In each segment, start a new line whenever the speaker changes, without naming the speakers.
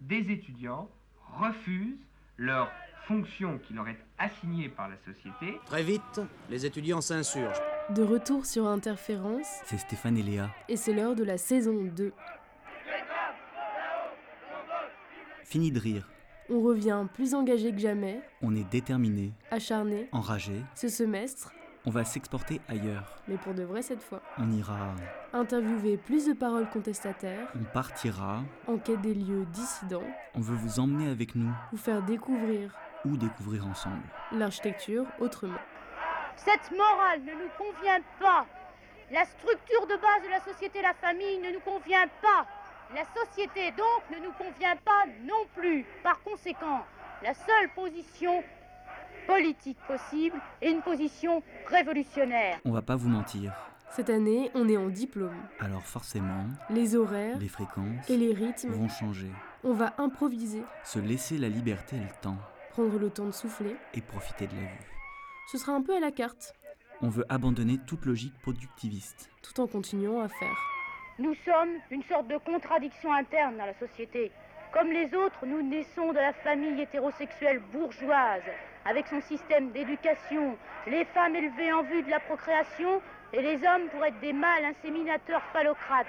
des étudiants refusent leur fonction qui leur est assignée par la société.
Très vite, les étudiants s'insurgent.
De retour sur Interférence,
C'est Stéphane et Léa.
et c'est l'heure de la saison 2.
Fini de rire.
On revient plus engagé que jamais,
On est déterminé,
acharné,
enragé.
ce semestre,
On va s'exporter ailleurs.
mais pour de vrai cette fois.
On ira,
Interviewer plus de paroles contestataires,
on partira.
enquête des lieux dissidents,
On veut vous emmener avec nous
vous faire découvrir
ou découvrir ensemble.
l'architecture autrement.
Cette morale ne nous convient pas. La structure de base de la société, la famille, ne nous convient pas. La société, donc, ne nous convient pas non plus. Par conséquent, la seule position politique possible est une position révolutionnaire.
On va pas vous mentir.
Cette année, on est en diplôme.
Alors forcément,
Les horaires
les fréquences
et les rythmes,
vont changer.
on va improviser,
Se laisser la liberté et le temps
prendre le temps de souffler.
et profiter de la vue.
Ce sera un peu à la carte,
On veut abandonner toute logique productiviste.
tout en continuant à faire.
Nous sommes une sorte de contradiction interne dans la société. Comme les autres, nous naissons de la famille hétérosexuelle bourgeoise, avec son système d'éducation, les femmes élevées en vue de la procréation et les hommes pour être des mâles inséminateurs phallocrates.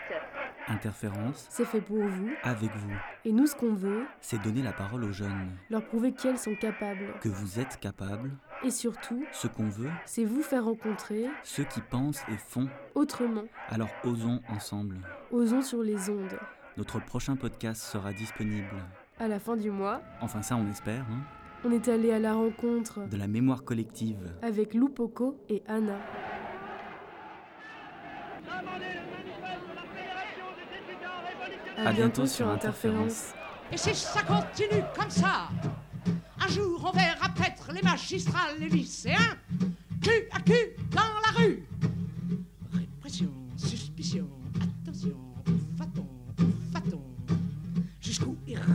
Interférence
C'est fait pour vous,
avec vous,
et nous ce qu'on veut,
c'est donner la parole aux jeunes.
leur prouver qu'elles sont capables.
Que vous êtes capable,
Et surtout,
ce qu'on veut,
c'est vous faire rencontrer
ceux qui pensent et font.
autrement,
Alors osons ensemble.
osons sur les ondes.
Notre prochain podcast sera disponible.
À la fin du mois,
Enfin ça on espère, hein,
on est allé à la rencontre
de la mémoire collective.
avec Lou Poco et Anna. À bientôt sur Interférence.
Et si ça continue comme ça, un jour on verra peut-être les magistrats, les lycéens, cul à cul dans la rue. Répression, suspicion, attention, où va-t-on, où va-t-on Jusqu'où ira